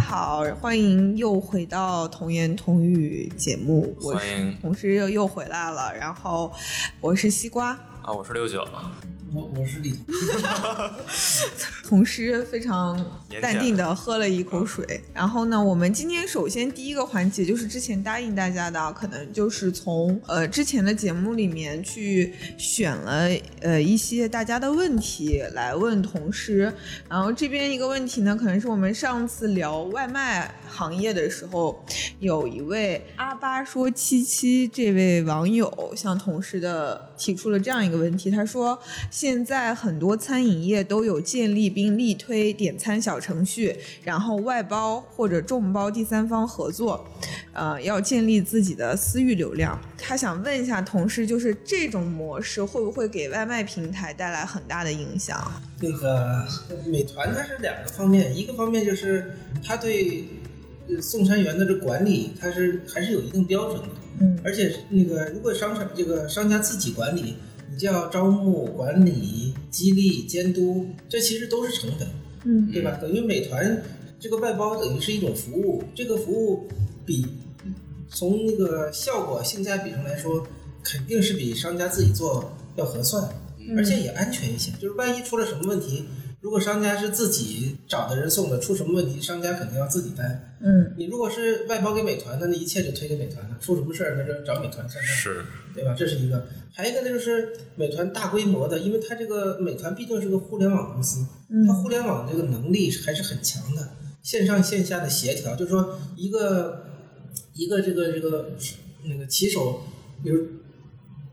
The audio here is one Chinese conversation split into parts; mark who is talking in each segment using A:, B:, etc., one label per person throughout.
A: 好，欢迎又回到童言童语节目，我
B: 欢迎
A: 同时又又回来了，然后我是西瓜，
B: 啊，我是六九，
C: 我我是李，
A: 同时非常
B: 严
A: 淡
B: 谨
A: 定的喝了一口水。
B: 嗯
A: 然后呢，我们今天首先第一个环节就是之前答应大家的，可能就是从呃之前的节目里面去选了呃一些大家的问题来问同事。然后这边一个问题呢，可能是我们上次聊外卖行业的时候，有一位阿巴说七七这位网友向同事的提出了这样一个问题，他说现在很多餐饮业都有建立并力推点餐小程序，然后外包或者众包第三方合作，呃，要建立自己的私域流量。他想问一下同事，就是这种模式会不会给外卖平台带来很大的影响？
C: 那个美团它是两个方面，一个方面就是它对呃送餐员的这管理，它是还是有一定标准的，
A: 嗯
C: 而且那个如果商场这个商家自己管理，你就要招募、管理、激励、监督，这其实都是成本。
A: 嗯
C: 对吧？等于美团这个外包等于是一种服务，这个服务比从那个效果性价比上来说，肯定是比商家自己做要合算，而且也安全一些。就是万一出了什么问题，如果商家是自己找的人送的，出什么问题，商家肯定要自己担。
A: 嗯
C: 你如果是外包给美团的，那一切就推给美团了，出什么事儿那就找美团算账。
B: 是
C: 对吧？这是一个，还有一个呢，就是美团大规模的，因为它这个美团毕竟是个互联网公司，
A: 嗯
C: 它互联网这个能力还是很强的，线上线下的协调，就是说一个一个这个这个那个骑手，比如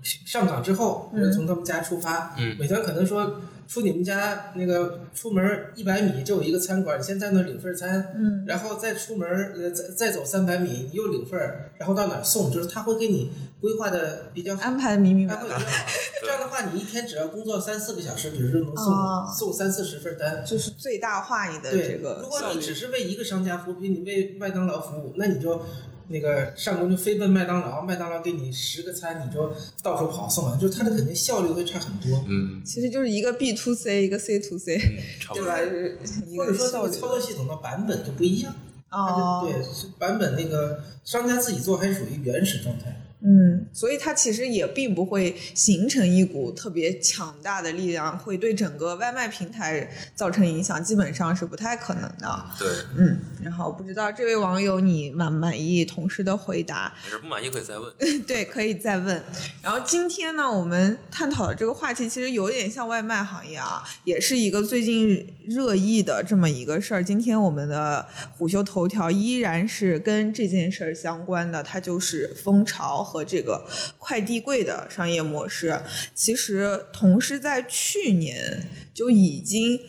C: 上岗之后，
A: 嗯
C: 比如从他们家出发，
B: 嗯
C: 美团可能说出你们家那个出门一百米就有一个餐馆，你先在那儿领份儿餐，
A: 嗯
C: 然后再出门儿，呃，再再走三百米，你又领份儿，然后到哪儿送，就是他会给你规划的比较好，
A: 安排的 明明白
C: 安
A: 白
C: 排。的比较好。这样的话，你一天只要工作三四个小时，比如说能送、
A: 啊
C: 送三四十份儿单。
A: 呃就是最大化你的
C: 对，
A: 呃这个
C: 如果
A: 效
C: 你
A: 率。
C: 只是为一个商家服务，比如你为麦当劳服务，那你就那个上工就飞奔麦当劳，麦当劳给你十个餐，你就到处跑送完，就是它的肯定效率会差很多。
B: 嗯，
A: 其实就是一个 B to C，一个 C to C，
B: 嗯差不
A: 对
B: 多
A: 吧？就是一
C: 或
A: 个
C: 者说，这
A: 效
C: 个
A: 率
C: 操作系统的版本就不一样。它就
A: 哦，
C: 对，是版本那个商家自己做还属于原始状态。
A: 嗯，所以它其实也并不会形成一股特别强大的力量，会对整个外卖平台造成影响，基本上是不太可能的。
B: 对，
A: 嗯，然后不知道这位网友你满不满意同事的回答？
B: 要是不满意可 以再问。嗯
A: 对，可以再问。然后今天呢，我们探讨的这个话题其实有点像外卖行业啊，也是一个最近热议的这么一个事儿。今天我们的虎嗅头条依然是跟这件事儿相关的，它就是蜂巢和这个快递柜的商业模式。其实，同时在去年就已经。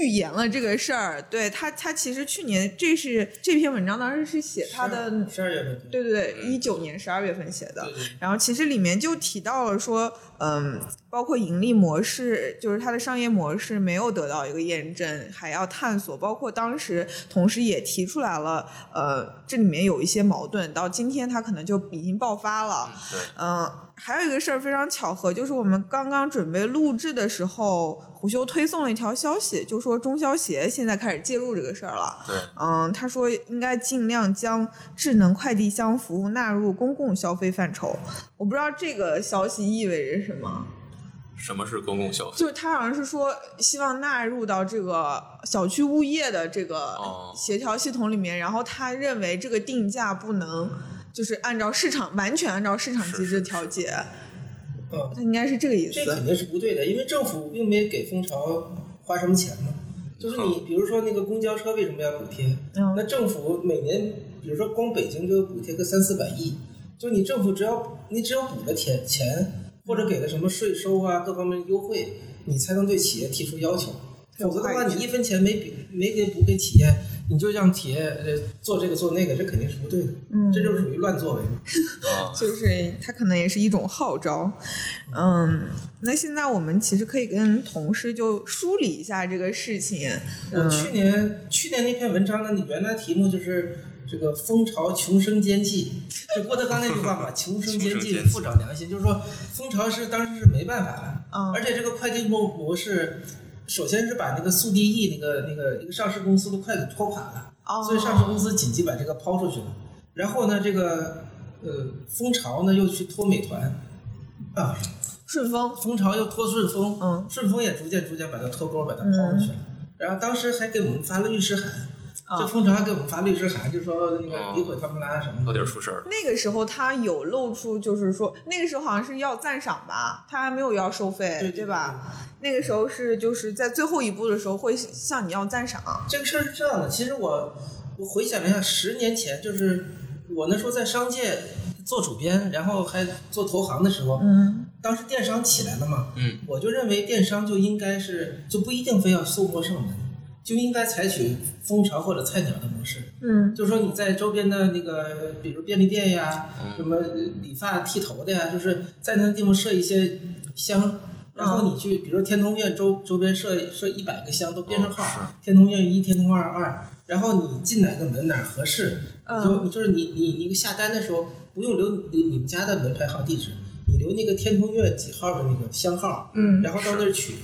A: 预言了这个事儿，对他，他其实去年这是这篇文章当时是写他的
C: 十二月份，
A: 对对对，一九年十二月份写的
C: 对。对
A: 然后其实里面就提到了说，嗯，包括盈利模式，就是它的商业模式没有得到一个验证，还要探索。包括当时同时也提出来了，呃，这里面有一些矛盾，到今天它可能就已经爆发了。
B: 对，
A: 嗯，还有一个事儿非常巧合，就是我们刚刚准备录制的时候，虎嗅推送了一条消息，就说中消协现在开始介入这个事儿了。
B: 对，
A: 嗯，他说应该尽量将智能快递箱服务纳入公共消费范畴。我不知道这个消息意味着什么，
B: 什么是公共消费？
A: 就是他好像是说希望纳入到这个小区物业的这个
B: 哦
A: 协调系统里面，然后他认为这个定价不能就是按照市场完全按照市场机
B: 是
A: 制
B: 是
A: 调节，
C: 嗯，
A: 他应该是这个意
C: 这肯
A: 思。
C: 定是不对的，因为政府并没给蜂巢花什么钱嘛。就是你比如说那个公交车为什么要补贴？
A: 嗯
C: 那政府每年，比如说光北京就补贴个三四百亿，就你政府只要你只有补了钱钱，或者给了什么税收啊各方面优惠，你才能对企业提出要求。否则的话，你一分钱没给没给补给企业，你就让企业呃做这个做那个，这肯定是不对的。
A: 嗯
C: 这就是属于乱作为嘛。
B: 啊，
A: 就是它可能也是一种号召，嗯，那现在我们其实可以跟同事就梳理一下这个事情，
C: 我去年去年那篇文章呢，你原来题目就是这个“蜂巢穷生奸计”，就郭德纲那句话嘛，“穷生奸
B: 穷生
C: 计，
B: 奸计
C: 富长良心”，就是说蜂巢是当时是没办法了，
A: 嗯
C: 而且这个快递模模式首先是把那个速递易那个那个一个上市公司都快给拖垮了，
A: 哦
C: 所以上市公司紧急把这个抛出去了。然后呢，这个呃蜂巢呢又去拖美团，啊，
A: 顺丰，
C: 蜂巢又拖顺丰，
A: 嗯
C: 顺丰也逐渐逐渐把它脱钩，把它抛出去了。然后当时还给我们发了律师函，
A: 啊
C: 这蜂巢还给我们发律师函，就说那个
B: 哦
C: 诋毁潘多拉什么
B: 有
C: 的。
B: 点出事儿了。
A: 那个时候他有露出，就是说那个时候好像是要赞赏吧，他还没有要收费，
C: 对
A: 吧？？那个时候是就是在最后一步的时候会向你要赞赏，啊
C: 这个事儿是这样的，其实我我回想了一下，十年前就是我那时候在商界做主编，然后还做投行的时候，
A: 嗯
C: 当时电商起来了嘛，
B: 嗯，
C: 我就认为电商就应该是就不一定非要送货上门，就应该采取蜂巢或者菜鸟的模式，
A: 嗯
C: 就是说你在周边的那个，比如便利店呀，
B: 嗯
C: 什么理发剃头的呀，就是在那地方设一些箱，
A: 嗯
C: 然后你去，比如天通苑周周边设设一百个箱，都编上号，
B: 哦
C: 天通苑一、天通苑二，然后你进哪个门哪儿合适，
A: 嗯
C: 你就你就是你你你下单的时候不用留你你们家的门牌号地址，你留那个天通苑几号的那个箱号，
A: 嗯
C: 然后到那儿取。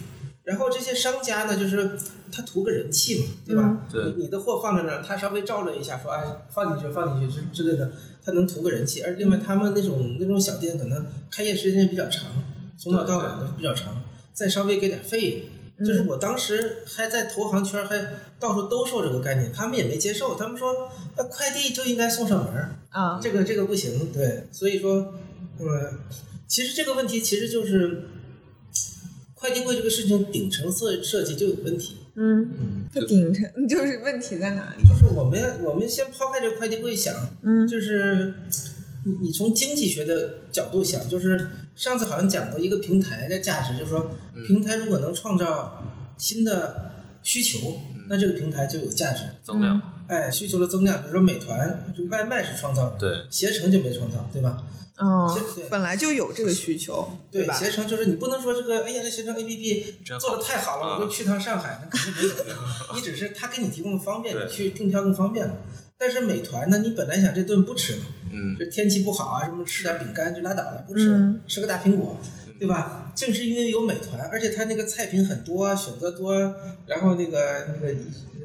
C: 然后这些商家呢，就是他图个人气嘛，对吧？
A: 嗯
B: 对
C: 你你的货放在那儿，他稍微照了一下，说哎，放进去，放进去之之类的，他能图个人气。而另外，他们那种那种小店可能开业时间比较长，从早到晚都比较长，再稍微给点费用。
A: 嗯
C: 就是我当时还在投行圈还到处兜售这个概念，他们也没接受，他们说那快递就应该送上门儿，
A: 啊
C: 这个这个不行，对，所以说，嗯，其实这个问题其实就是快递柜这个事情顶层设设计就有问题，
A: 嗯，
C: 嗯，
A: 它顶着 就是问题在哪里？
C: 就是我们我们先抛开这个快递柜想，
A: 嗯
C: 就是你你从经济学的角度想，就是上次好像讲过一个平台的价值，就是说平台如果能创造新的需求，那这个平台就有价值。
B: 增量，
A: 嗯
C: 哎，需求的增量，比如说美团，这个外卖是创造的，
B: 对，
C: 携程就没创造，对吧？
A: 嗯
C: 对对，
A: 本来就有这个需求，
C: 对，
A: 吧？
C: 携程就是你不能说这个，哎呀，这携程 APP
B: 真好
C: 做的太好了，
B: 啊
C: 我就去趟上海，那肯定没有 的。你只是它给你提供了方便，
B: 对
C: 你去订票更方便了。但是美团呢，你本来想这顿不吃了，
B: 嗯，
C: 这天气不好啊，什么吃点饼干就拉倒了，不吃，
A: 嗯
C: 吃个大苹果，
B: 嗯
C: 对吧？正是因为有美团，而且它那个菜品很多，啊选择多，然后那个那个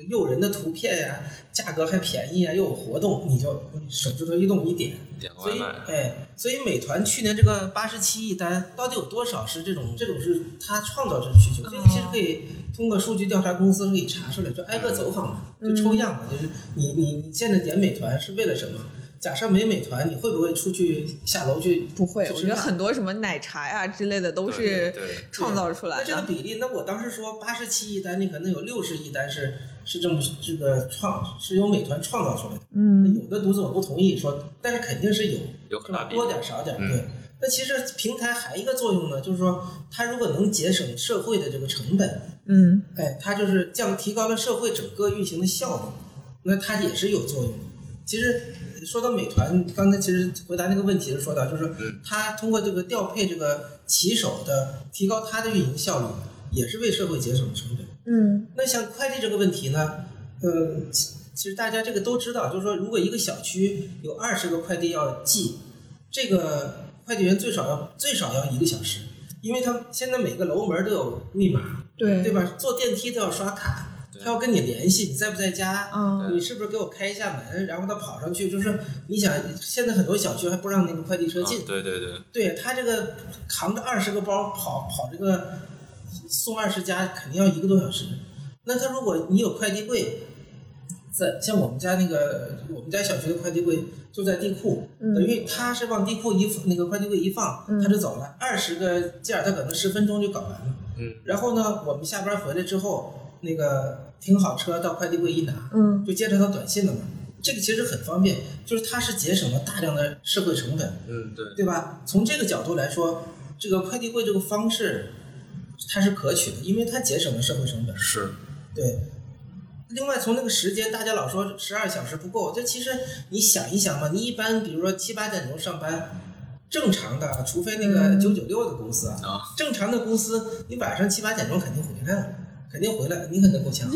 C: 诱人的图片呀、价格还便宜啊，又有活动，你就你手指头一动一点，
B: 点个
C: 所
B: 外
C: 以，
B: 卖，啊
C: 哎，所以美团去年这个八十七亿单，到底有多少是这种这种是它创造这需求？这个其实
A: 哦
C: 可以通过数据调查公司是可以查出来，就挨个走访嘛，就抽样
A: 嗯
C: 嘛，就是你你你现在点美团是为了什么？假设没美团，你会不会出去下楼去？
A: 不会，
C: 去
A: 我
C: 吃
A: 觉得
C: 饭
A: 很多什么奶茶呀之类的都
B: 对
A: 是
B: 对对
A: 创造出来
C: 那这个
A: 的。
C: 比例，那我当时说八十七亿单，你可能有六十亿单是是这么这个创是由美团创造出来的。
A: 嗯
C: 有的读者我不同意说，但是肯定是有，
B: 有
C: 是
B: 很大
C: 吧？
B: 比例
C: 多点儿少点儿，
B: 嗯
C: 对。那其实平台还一个作用呢，就是说它如果能节省社会的这个成本，
A: 嗯
C: 哎，它就是降提高了社会整个运行的效率，那它也是有作用的。其实说到美团，刚才其实回答那个问题是说到，就是
B: 嗯
C: 它通过这个调配这个骑手的提高它的运营效率，也是为社会节省成本。
A: 嗯
C: 那像快递这个问题呢，呃，其其实大家这个都知道，就是说，如果一个小区有二十个快递要寄，这个快递员最少要最少要一个小时，因为他现在每个楼门都有密码，
A: 对
C: 对吧？坐电梯都要刷卡，
B: 对
C: 他要跟你联系，你在不在家？
A: 嗯
C: 你是不是给我开一下门？然后他跑上去，就是你想，现在很多小区还不让那个快递车进
B: 啊，对对对，
C: 对他这个扛着二十个包跑跑这个送二十家，肯定要一个多小时。那他如果你有快递柜，在像我们家那个我们家小区的快递柜就在地库，
A: 嗯
C: 等于他是往地库一那个快递柜一放，
A: 嗯
C: 他就走了。二十个件儿他可能十分钟就搞完了。
B: 嗯，
C: 然后呢，我们下班回来之后，那个停好车到快递柜一拿，
A: 嗯
C: 就接着他短信了嘛。这个其实很方便，就是它是节省了大量的社会成本。
B: 嗯，对，
C: 对吧？从这个角度来说，这个快递柜这个方式它是可取的，因为它节省了社会成本。
B: 是，
C: 对。另外，从那个时间，大家老说十二小时不够，这其实你想一想嘛，你一般比如说七八点钟上班，正常的，除非那个
A: 嗯
C: 九九六的公司啊，
B: 啊
C: 正常的公司你晚上七八点钟肯定回来了，肯定回 来，你肯定够呛。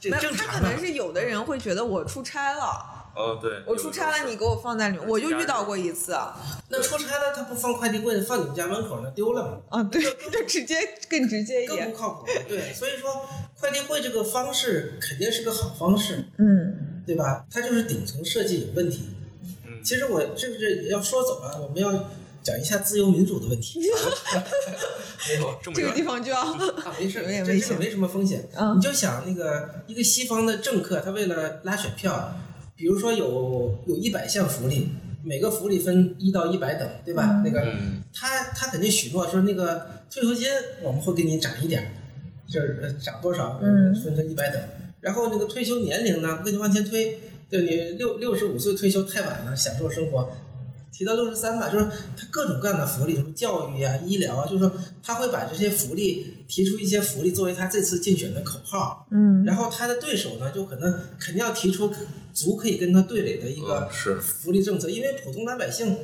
C: 这
A: 没有，
C: 正
A: 他可
C: 常的
A: 能是有的人会觉得我出差了，
B: 哦，对，
A: 我出差了，你给我放在里面，我就遇到过一次啊，
C: 那出差了，他不放快递柜子，放你们家门口那丢了吗？
A: 对，就直接更直接一
C: 更不
A: 点，
C: 靠谱。对，所以说快递会这个方式肯定是个好方式，
A: 嗯
C: 对吧？它就是顶层设计有问题。
B: 嗯，
C: 其实我这不是要说走了，我们要讲一下自由民主的问题。没有，
B: 哦这么
A: 这个地
B: 远，
A: 方就要，
C: 啊，没事，
A: 有点
C: 这
A: 危
C: 这个
A: 险
C: 没什么风险。
A: 嗯
C: 你就想那个一个西方的政客，他为了拉选票，比如说有有一百项福利，每个福利分一到一百等，对吧？那个
B: 嗯，
C: 他他肯定许诺说那个退休金我们会给你涨一点儿，就是呃涨多少，
A: 嗯
C: 分成一百等。然后那个退休年龄呢，给你往前推，对你六六十五岁退休太晚了，享受生活。提到六十三吧，就是他各种各样的福利，什么教育啊、医疗啊，就是说他会把这些福利提出一些福利作为他这次竞选的口号，
A: 嗯
C: 然后他的对手呢，就可能肯定要提出足可以跟他对垒的一
B: 嗯
C: 个
B: 是
C: 福利政策，因为普通老百姓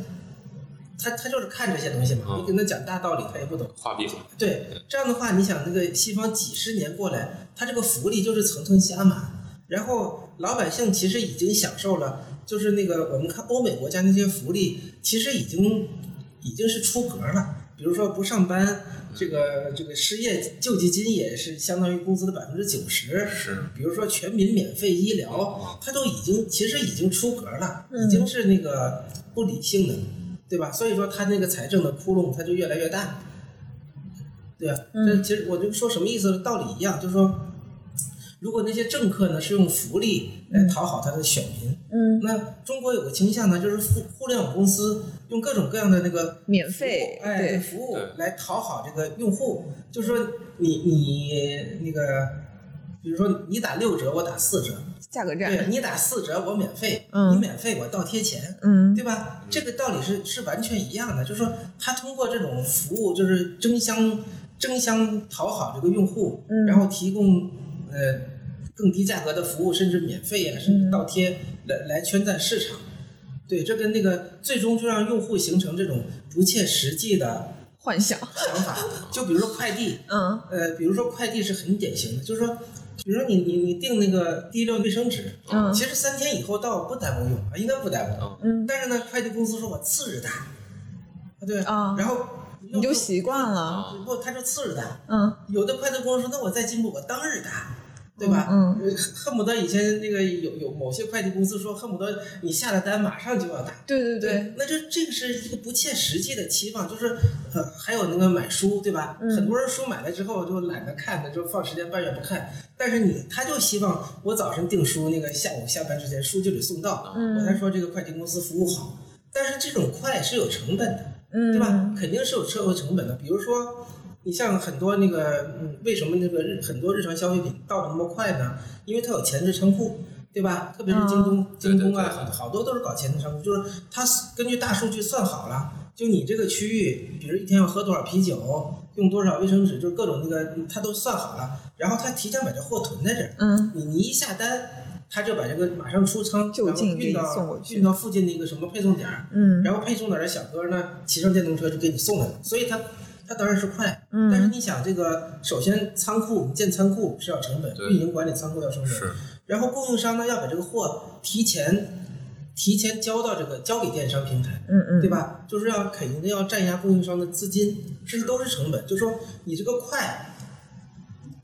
C: 他他就是看这些东西嘛，
B: 嗯
C: 你跟他讲大道理他也不懂。
B: 画壁
A: 嗯
B: 虎，
C: 对，这样的话，你想那个西方几十年过来，它这个福利就是层层加码，然后老百姓其实已经享受了，就是那个我们看欧美国家那些福利，其实已经已经是出格了。比如说不上班，这个这个失业救济金也是相当于工资的百分之九十，
B: 是
C: 比如说全民免费医疗
B: 哦，
C: 它都已经其实已经出格了，
A: 嗯
C: 已经是那个不理性的，对吧？所以说它那个财政的窟窿它就越来越大，对吧？
A: 嗯
C: 这其实我就说什么意思呢？道理一样，就是说，如果那些政客呢是用福利来讨好他的选民，
A: 嗯，
C: 那中国有个倾向呢，就是互互联网公司用各种各样的那个
A: 免费
C: 服务哎，
A: 对
C: 服务
B: 对
C: 来讨好这个用户，就是说你你那个，比如说你打六折，我打四折，
A: 价格战，
C: 对你打四折我免费，
A: 啊嗯
C: 你免费我倒贴钱，
A: 嗯
C: 对吧？这个道理是是完全一样的，就是说他通过这种服务就是争相争相讨好这个用户，
A: 嗯
C: 然后提供呃更低价格的服务，甚至免费啊，
A: 嗯
C: 甚至倒贴、来来圈占市场。对，这跟那个最终就让用户形成这种不切实际的
A: 幻想，
C: 想法。就比如说快递，
A: 嗯
C: 呃，比如说快递是很典型的，就是说，比如说你你你订那个第一辆卫生纸，
A: 嗯
C: 其实三天以后到不耽误用啊，应该不耽误。
B: 嗯
A: 嗯，
C: 但是呢，快递公司说我次日到，啊对，
A: 啊
C: 然后
A: 你就习惯了，
B: 啊，
C: 不，他就次日到。
A: 嗯
C: 有的快递公司说，那我再进步，我当日达，对吧？
A: 嗯
C: 呃恨不得以前那个有有某些快递公司说，恨不得你下了单马上就要打。
A: 对对对，，
C: 那就这个是一个不切实际的期望，就是呃，还有那个买书，对吧？
A: 嗯
C: 很多人书买了之后就懒得看了，就放时间半月不看。但是你他就希望我早晨订书，那个下午下班之前书就得送到，我才
A: 嗯
C: 说这个快递公司服务好。但是这种快是有成本的，
A: 嗯，
C: 对吧？肯定是有社会成本的。比如说，你像很多那个，嗯，为什么那个日很多日常消费品到的那么快呢？因为它有前置仓库，对吧？特别是京东、
A: 嗯
B: 对
C: 京东啊，
B: 对对
C: 好好多都是搞前置仓库，就是它根据大数据算好了，就你这个区域，比如一天要喝多少啤酒，用多少卫生纸，就是各种那个，嗯它都算好了，然后它提前把这货囤在这儿。
A: 嗯
C: 你你一下单，他就把这个马上出仓，
A: 就
C: 然后
A: 近给
C: 运
A: 你
C: 到
A: 送过去
C: 运到附近的一个什么配送点儿，
A: 嗯
C: 然后配送点的小哥呢，骑上电动车就给你送来了，所以他他当然是快，
A: 嗯
C: 但是你想这个，首先仓库你建仓库是要成本，
B: 对
C: 运营管理仓库要成本，
B: 是，
C: 然后供应商呢要把这个货提前提前交到这个交给电商平台，
A: 嗯嗯，
C: 对？吧？就是要肯定要占压供应商的资金，这些都是成本。就说你这个快，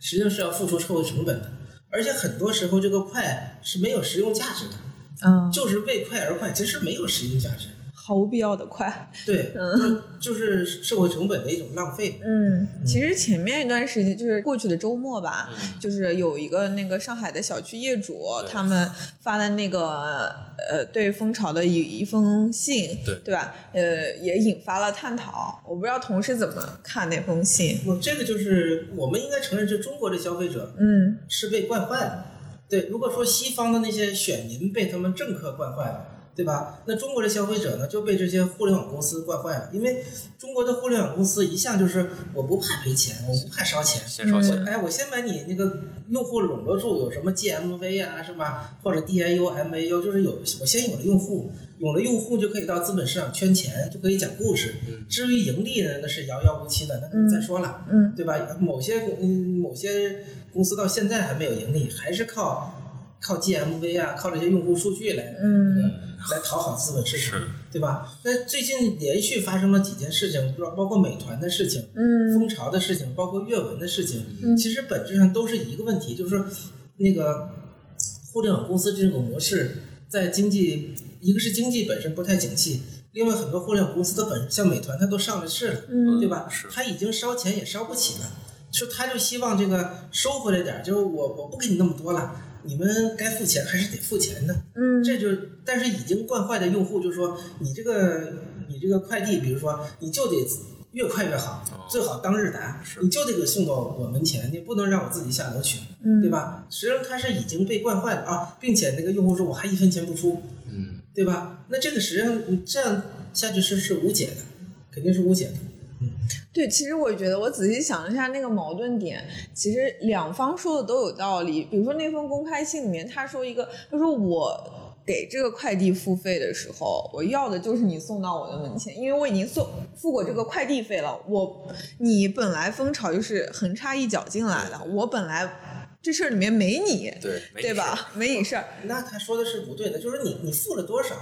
C: 实际上是要付出社会成本的，而且很多时候这个快是没有实用价值的，
A: 嗯，
C: 就是为快而快，其实没有实用价值。
A: 毫无必要的快。
C: 对，
A: 嗯
C: 就是社会成本的一种浪费。
A: 嗯，其实前面一段时间就是过去的周末吧，
B: 嗯
A: 就是有一个那个上海的小区业主，
B: 对
A: 他们发的那个呃对蜂巢的一一封信，
B: 对
A: 吧？呃，也引发了探讨。我不知道同事怎么看那封信。
C: 我这个就是我们应该承认，这中国的消费者
A: 嗯
C: 是被惯坏了。对，如果说西方的那些选民被他们政客惯坏了。对吧？那中国的消费者呢，就被这些互联网公司惯坏了。因为中国的互联网公司一向就是我不怕赔钱，我不怕烧钱，
B: 先烧钱，
C: 哎，我先把你那个用户笼络住，有什么 GMV 啊，是吧？或者 DIU、MAU，就是有我先有了用户，有了用户就可以到资本市场圈钱，就可以讲故事。
B: 嗯
C: 至于盈利呢，那是遥遥无期的，那再说了，
A: 嗯
C: 对吧？某些公嗯某些公司到现在还没有盈利，还是靠靠 GMV 啊，靠这些用户数据来
A: 嗯
C: 来讨好资本市场，
B: 是
C: 对吧？那最近连续发生了几件事情，包包括美团的事情、
A: 嗯
C: 蜂巢的事情，包括阅文的事情，
A: 嗯
C: 其实本质上都是一个问题，就是说那个互联网公司这种模式在经济，一个是经济本身不太景气，另外很多互联网公司它本像美团，它都上了市了，
A: 嗯
C: 对吧
B: 是？
C: 它已经烧钱也烧不起了，就他就希望这个收回来点儿，就是我我不给你那么多了，你们该付钱还是得付钱的。
A: 嗯
C: 这就但是已经惯坏的用户就说你这个你这个快递，比如说你就得越快越好，
B: 哦
C: 最好当日达，
B: 是
C: 你就得给送到我门前，你不能让我自己下楼取，
A: 嗯
C: 对吧？实际上他是已经被惯坏了啊，并且那个用户说我还一分钱不出，
B: 嗯，
C: 对吧？那这个实际上你这样下去是是无解的，肯定是无解的。嗯
A: 对，其实我觉得我仔细想了一下那个矛盾点，其实两方说的都有道理。比如说那封公开信里面，他说一个，他说我给这个快递付费的时候，我要的就是你送到我的门前，因为我已经送付过这个快递费了。我你本来蜂巢就是横插一脚进来的，我本来这事儿里面没你，
B: 对，没
A: 对吧？没你事儿，
C: 那他说的是不对的，就是你你付了多少，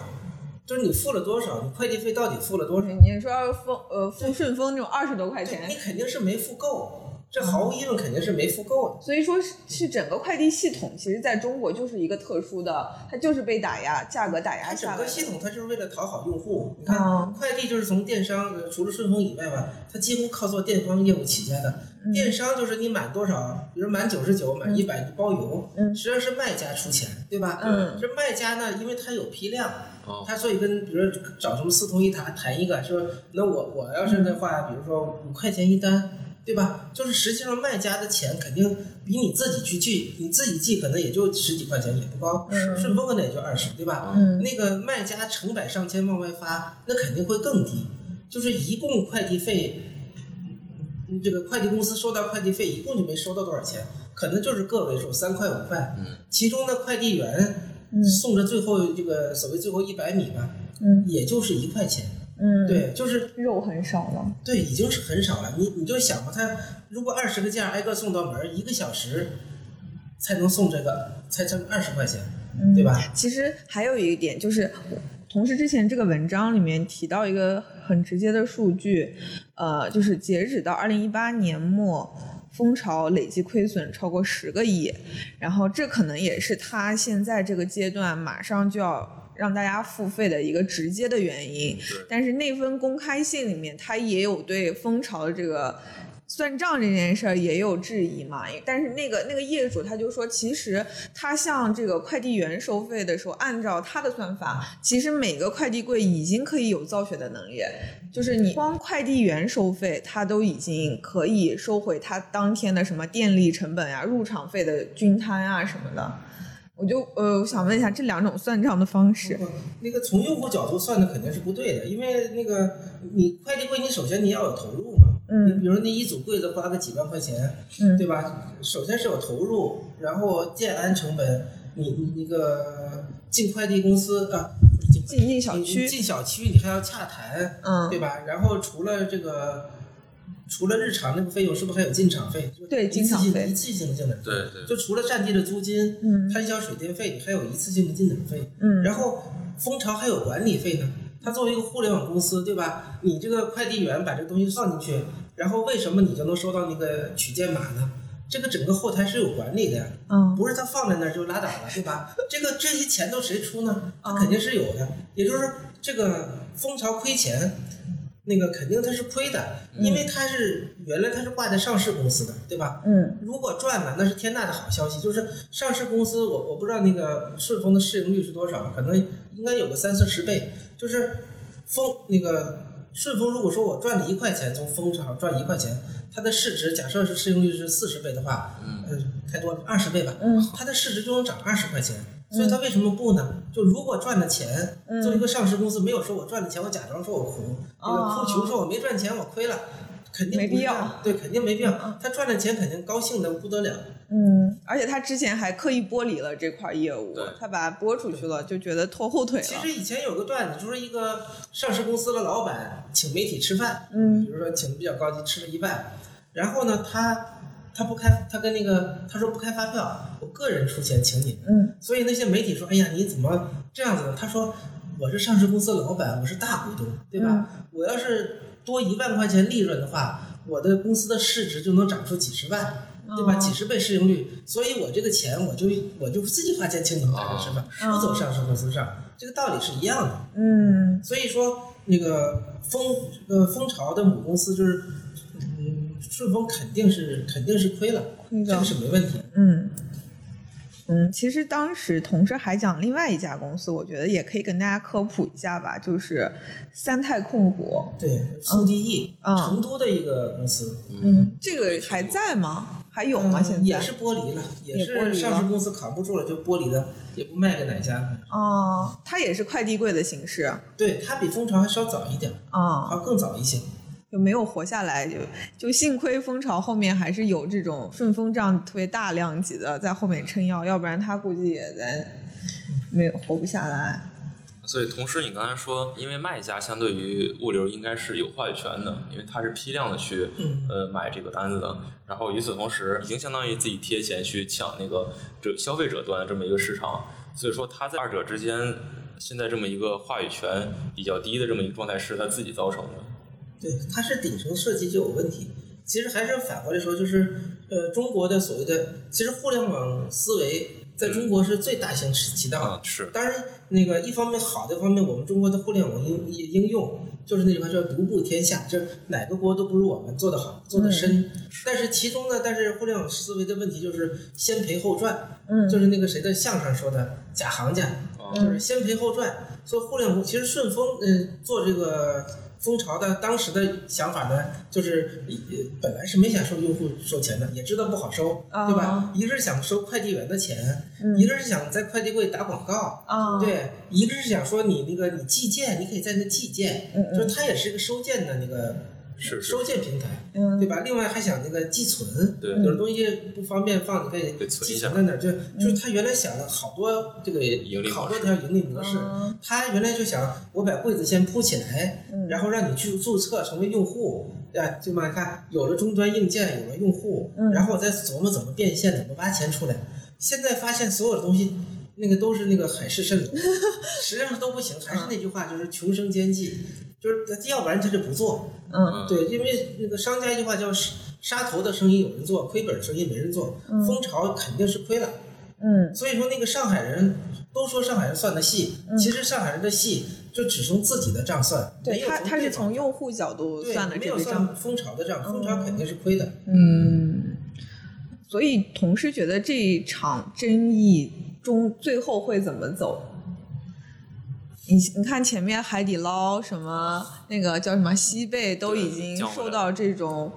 C: 就是你付了多少，你快递费到底付了多少？
A: 你说要是封呃付顺丰这种二十多块
C: 嗯对
A: 钱
C: 你，肯定是没付够，这毫无疑问肯定是没付够的。
A: 所以说是是整个快递系统，其实在中国就是一个特殊的，它就是被打压，价格打压
C: 它
A: 下
C: 整
A: 来的。
C: 个系统它就是为了讨好用户。你看，
A: 嗯
C: 快递就是从电商，呃除了顺丰以外吧，它几乎靠做电商业务起家的。
A: 嗯
C: 电商就是你满多少，比如满九十九、满一百，你包邮，
A: 嗯
C: 实际上是卖家出钱，对吧？
A: 嗯
C: 这卖家呢，因为他有批量，
B: 哦，
C: 他所以跟比如说找什么四通一达谈一个，说那我我要是的话，比如说五块钱一单，对吧？就是实际上卖家的钱肯定比你自己去寄，你自己寄可能也就十几块钱，也不高，
A: 嗯
C: 顺丰可能也就二十，对吧？
A: 嗯
C: 那个卖家成百上千往外发，那肯定会更低，就是一共快递费。嗯这个快递公司收到快递费一共就没收到多少钱，可能就是个位数，三块五块。
B: 嗯
C: 其中的快递员
A: 嗯
C: 送着最后这个所谓最后一百米吧，
A: 嗯
C: 也就是一块钱。
A: 嗯，，
C: 对，就是
A: 肉很少了。
C: 对，已经是很少了。你你就想吧，他如果二十个件挨个送到门儿，一个小时才能送这个，才挣二十块钱，
A: 嗯
C: 对吧？
A: 其实还有一点就是，同事之前这个文章里面提到一个很直接的数据，呃，就是截止到二零一八年末。蜂巢累计亏损超过十个亿，然后这可能也是它现在这个阶段马上就要让大家付费的一个直接的原因。
B: 对，
A: 但是那份公开信里面，他也有对蜂巢的这个算账这件事儿也有质疑嘛。但是那个那个业主他就说，其实他向这个快递员收费的时候，按照他的算法，其实每个快递柜已经可以有造血的能力，就是你光快递员收费，他都已经可以收回他当天的什么电力成本啊、入场费的均摊啊什么的。我就呃，我想问一下，这两种算账的方式，
C: 不嗯那个从用户角度算的肯定是不对的，因为那个你快递柜，你首先你要有投入嘛，你
A: 嗯
C: 比如那一组柜子花个几万块钱，
A: 嗯
C: 对吧？首先是有投入，然后建安成本，你你那个进快递公司啊，不是进快递
A: 进进小
C: 你
A: 区
C: 你，进小区你还要洽谈，
A: 嗯，
C: 对吧？然后除了这个，除了日常那个费用，是不是还有进场费？就
A: 对
C: 一次
A: 进场
C: 性
A: 费
C: 一次性的进场费。
B: 对对
C: 就除了占地的租金、
A: 嗯
C: 摊销水电费，还有一次性的进场费。
A: 嗯，
C: 然后蜂巢还有管理费呢。它作为一个互联网公司，对吧？你这个快递员把这个东西放进去，然后为什么你就能收到那个取件码呢？这个整个后台是有管理的呀，
A: 嗯
C: 不是他放在那儿就拉倒了，对吧？这个这些钱都谁出呢？
A: 啊
C: 肯定是有的，也就是说这个蜂巢亏钱，那个肯定它是亏的，因为它是原来它是挂在上市公司的，对吧？
A: 嗯
C: 如果赚了，那是天大的好消息。就是上市公司，我我不知道那个顺丰的市盈率是多少，可能应该有个三四十倍。就是丰那个顺丰，如果说我赚了一块钱，从蜂巢赚一块钱，它的市值假设是市盈率是四十倍的话，
B: 嗯
C: 呃，太多了，二十倍吧，
A: 嗯
C: 它的市值就能涨二十块钱。所以它为什么不呢？就如果赚了钱，
A: 嗯
C: 作为一个上市公司，没有说我赚了钱，我假装说我苦，那个
A: 哦
C: 哭穷说我没赚钱，我亏了。肯定
A: 没
C: 不是
A: 必要
C: 这样，对，肯定没必要。他赚了钱，肯定高兴的不得了。
A: 嗯，而且他之前还刻意剥离了这块业务
B: 对，
A: 他把它拨出去了，就觉得拖后腿
C: 其
A: 了。
C: 实以前有个段子，就是一个上市公司的老板请媒体吃饭，比
A: 嗯
C: 如说请的比较高级，吃了一万，然后呢，他他不开，他跟那个他说不开发票，我个人出钱请你。
A: 嗯
C: 所以那些媒体说，哎呀，你怎么这样子呢？他说我是上市公司的老板，我是大股东，对吧？
A: 嗯
C: 我要是多一万块钱利润的话，我的公司的市值就能涨出几十万。对吧？
A: 哦
C: 几十倍市盈率，所以我这个钱我就我就自己花钱请你们吃饭，
A: 哦
C: 不走上市公司上，这个道理是一样的。
A: 嗯
C: 所以说，那个蜂这个蜂巢的母公司就是，嗯，顺丰肯定是肯定是亏了，
A: 亏的
C: 这个是没问题。
A: 嗯嗯，其实当时同事还讲另外一家公司，我觉得也可以跟大家科普一下吧，就是三泰控股。
C: 对，速递易，
A: 嗯
C: 成都的一个公司，
A: 嗯，这个还在吗？还有吗？现在
C: 嗯也是剥离了，也
A: 也剥
C: 是
A: 离了
C: 上市公司扛不住了就剥离了，也不卖给哪家。
A: 哦，它也是快递柜的形式
C: 对，它比蜂巢还稍早一点，
A: 啊。
C: 还更早一些。
A: 就没有活下来，就就幸亏蜂巢后面还是有这种顺丰这样特别大量级的在后面撑腰，要不然他估计也在
C: 嗯
A: 没有活不下来。
B: 所以，同时你刚才说，因为卖家相对于物流应该是有话语权的，因为他是批量的去
C: 嗯
B: 呃买这个单子的。然后与此同时，已经相当于自己贴钱去抢那个这消费者端的这么一个市场。所以说，他在二者之间现在这么一个话语权比较低的这么一个状态，是他自己造成的。
C: 对，它是顶层设计就有问题。其实还是反过来说，就是呃，中国的所谓的，其实互联网思维在中国是最大行其其道的。
B: 啊，是，
C: 当然，那个一方面好的一方面，我们中国的互联网应应应用就是那句话叫独步天下，就是哪个国都不如我们做得好，做得深。
A: 嗯
C: 但是其中呢，但是互联网思维的问题就是先赔后赚，
A: 嗯
C: 就是那个谁的相声说的假行家，
B: 啊
C: 就是先赔后赚。所以互联网其实顺丰，嗯、做这个蜂巢的当时的想法呢，就是呃本来是没想收用户收钱的，也知道不好收，
A: 啊
C: 对吧？一个是想收快递员的钱，
A: 嗯
C: 一个是想在快递柜打广告。
A: 啊，
C: 对，一个是想说你那个你寄件，你可以在那寄件，
A: 嗯嗯
C: 就是它也是一个收件的那个
B: 是是
C: 收件平台，
A: 嗯
C: 对吧？另外还想那个寄存，
B: 对
C: 有的东西不方便放，你可以
B: 对存
C: 寄
B: 一下
C: 存在哪儿？就
A: 嗯
C: 就是他原来想的好多这个
B: 盈利模式
C: 好多条盈利模式
A: 嗯，
C: 他原来就想我把柜子先铺起来
A: 嗯，
C: 然后让你去注册成为用户。对吧？对吧？你看，有了终端硬件，有了用户，
A: 嗯
C: 然后我再琢磨怎么变现，怎么挖钱出来。现在发现所有的东西，那个都是那个海市蜃楼， 实际上都不行。还
A: 嗯
C: 是那句话，就是穷生奸计，就是要不然他就不做，
A: 嗯
B: 嗯，
C: 对，因为那个商家一句话叫“杀杀头的生意有人做，亏本的生意没人做”，蜂巢肯定是亏了。
A: 嗯
C: 所以说，那个上海人都说上海人算的细，其实上海人的细就只从自己的账算，
A: 对
C: 没有
A: 他他是
C: 从
A: 从用户角度
C: 对
A: 算的
C: 没
A: 这
C: 有
A: 个账，
C: 算蜂巢的账，蜂巢肯定是亏的。
A: 嗯，所以同事觉得这一场争议中最后会怎么走？你你看前面海底捞什么那个叫什么西贝都已经
B: 降回来
A: 受到这种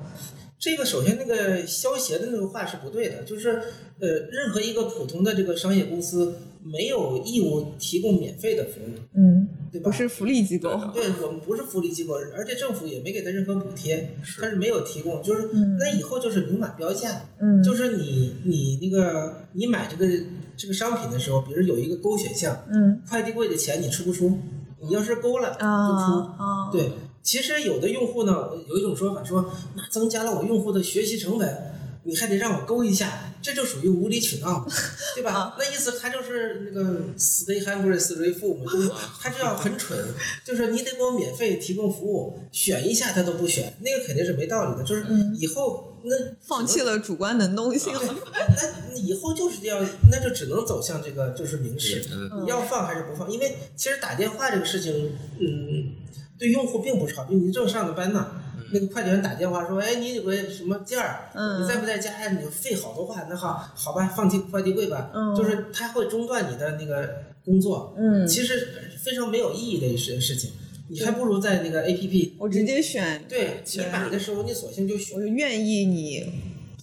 C: 这个首先那个消协的那个话是不对的，就是呃，任何一个普通的这个商业公司没有义务提供免费的服务，
A: 嗯
C: 对吧？
A: 不是福利机构，
C: 对我们不是福利机构，而且政府也没给他任何补贴，
B: 是
C: 他是没有提供，就是、
A: 嗯
C: 那以后就是明码标价，
A: 嗯
C: 就是你你那个你买这个这个商品的时候，比如有一个勾选项，
A: 嗯
C: 快递柜的钱你出不出？你要是勾了就出，
A: 啊啊
C: 对。其实有的用户呢，有一种说法说，那增加了我用户的学习成本，你还得让我勾一下，这就属于无理取闹，对吧？
A: 啊
C: 那意思他就是那个 stay hungry, stay full 嘛，就是他这样很蠢，就是你得给我免费提供服务，选一下他都不选，那个肯定是没道理的。就是以后、那
A: 放弃了主观能动性了，
C: 那以后就是这样，那就只能走向这个就是明示，
B: 嗯
C: 你要放还是不放？因为其实打电话这个事情，嗯，对用户并不是好，因为你正上着班呢。那个快递员打电话说：“哎，你有个什么件儿，
A: 嗯
C: 你在不在家呀？”你就费好多话。那好，好吧，放进快递柜吧。
A: 嗯
C: 就是他会中断你的那个工作，
A: 嗯
C: 其实非常没有意义的一事事情。你还不如在那个 APP，
A: 我直接选
C: 嗯对你买的时候，你索性就选
A: 我。就愿意你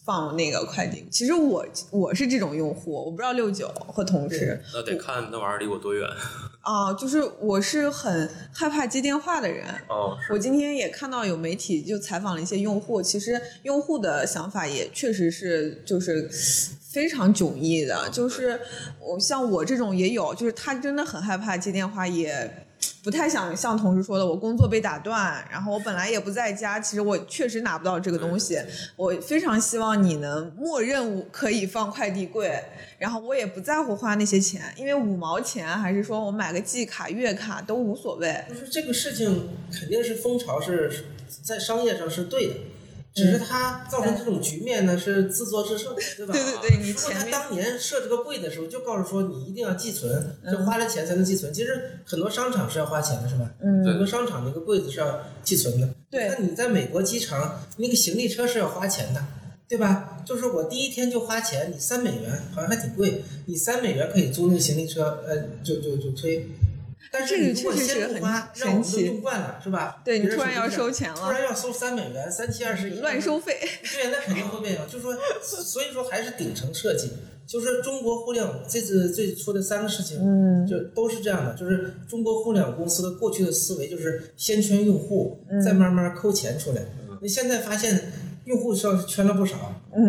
A: 放那个快递。其实我我是这种用户，我不知道六九和同事
B: 那得看那玩意儿离我 多远。
A: 啊，就是我是很害怕接电话的人。
B: 哦，
A: 我今天也看到有媒体就采访了一些用户，其实用户的想法也确实是就是非常迥异的，就是我像我这种也有，就是他真的很害怕接电话，也不太想像同事说的，我工作被打断，然后我本来也不在家，其实我确实拿不到这个东西。我非常希望你能默认我可以放快递柜，然后我也不在乎花那些钱，因为五毛钱还是说我买个季卡、月卡都无所谓。
C: 就是这个事情肯定是风潮是在商业上是对的，只
A: 嗯
C: 是它造成这种局面呢是自作自受，对吧？
A: 对对对，你
C: 如果
A: 前
C: 他
A: 面
C: 当年设这个柜的时候，就告诉说你一定要寄存，就花了钱才能寄存。其实很多商场是要花钱的，是吧？
A: 嗯
C: 很多商场那个柜子是要寄存的。
A: 对
C: 那你在美国机场那个行李车是要花钱的，对吧？就是我第一天就花钱，你三美元好像还挺贵，你三美元可以租那个行李车，呃，就就就推。但是
A: 这个
C: 你如果
A: 确实是
C: 先不
A: 很
C: 花，
A: 神
C: 让我们都
A: 奇
C: 用惯了，是吧？
A: 对你
C: 别人
A: 突然要
C: 手机上
A: 收钱了
C: 突然要收三美元，三七二十一，
A: 乱收费。
C: 对，那肯定会变样。啊就说，所以说还是顶层设计，就是中国互联网这次最出的三个事情，
A: 嗯
C: 就都是这样的。就是中国互联网公司的过去的思维就是先圈用户，
A: 嗯
C: 再慢慢抠钱出来。
B: 嗯
C: 那现在发现用户上是圈了不少，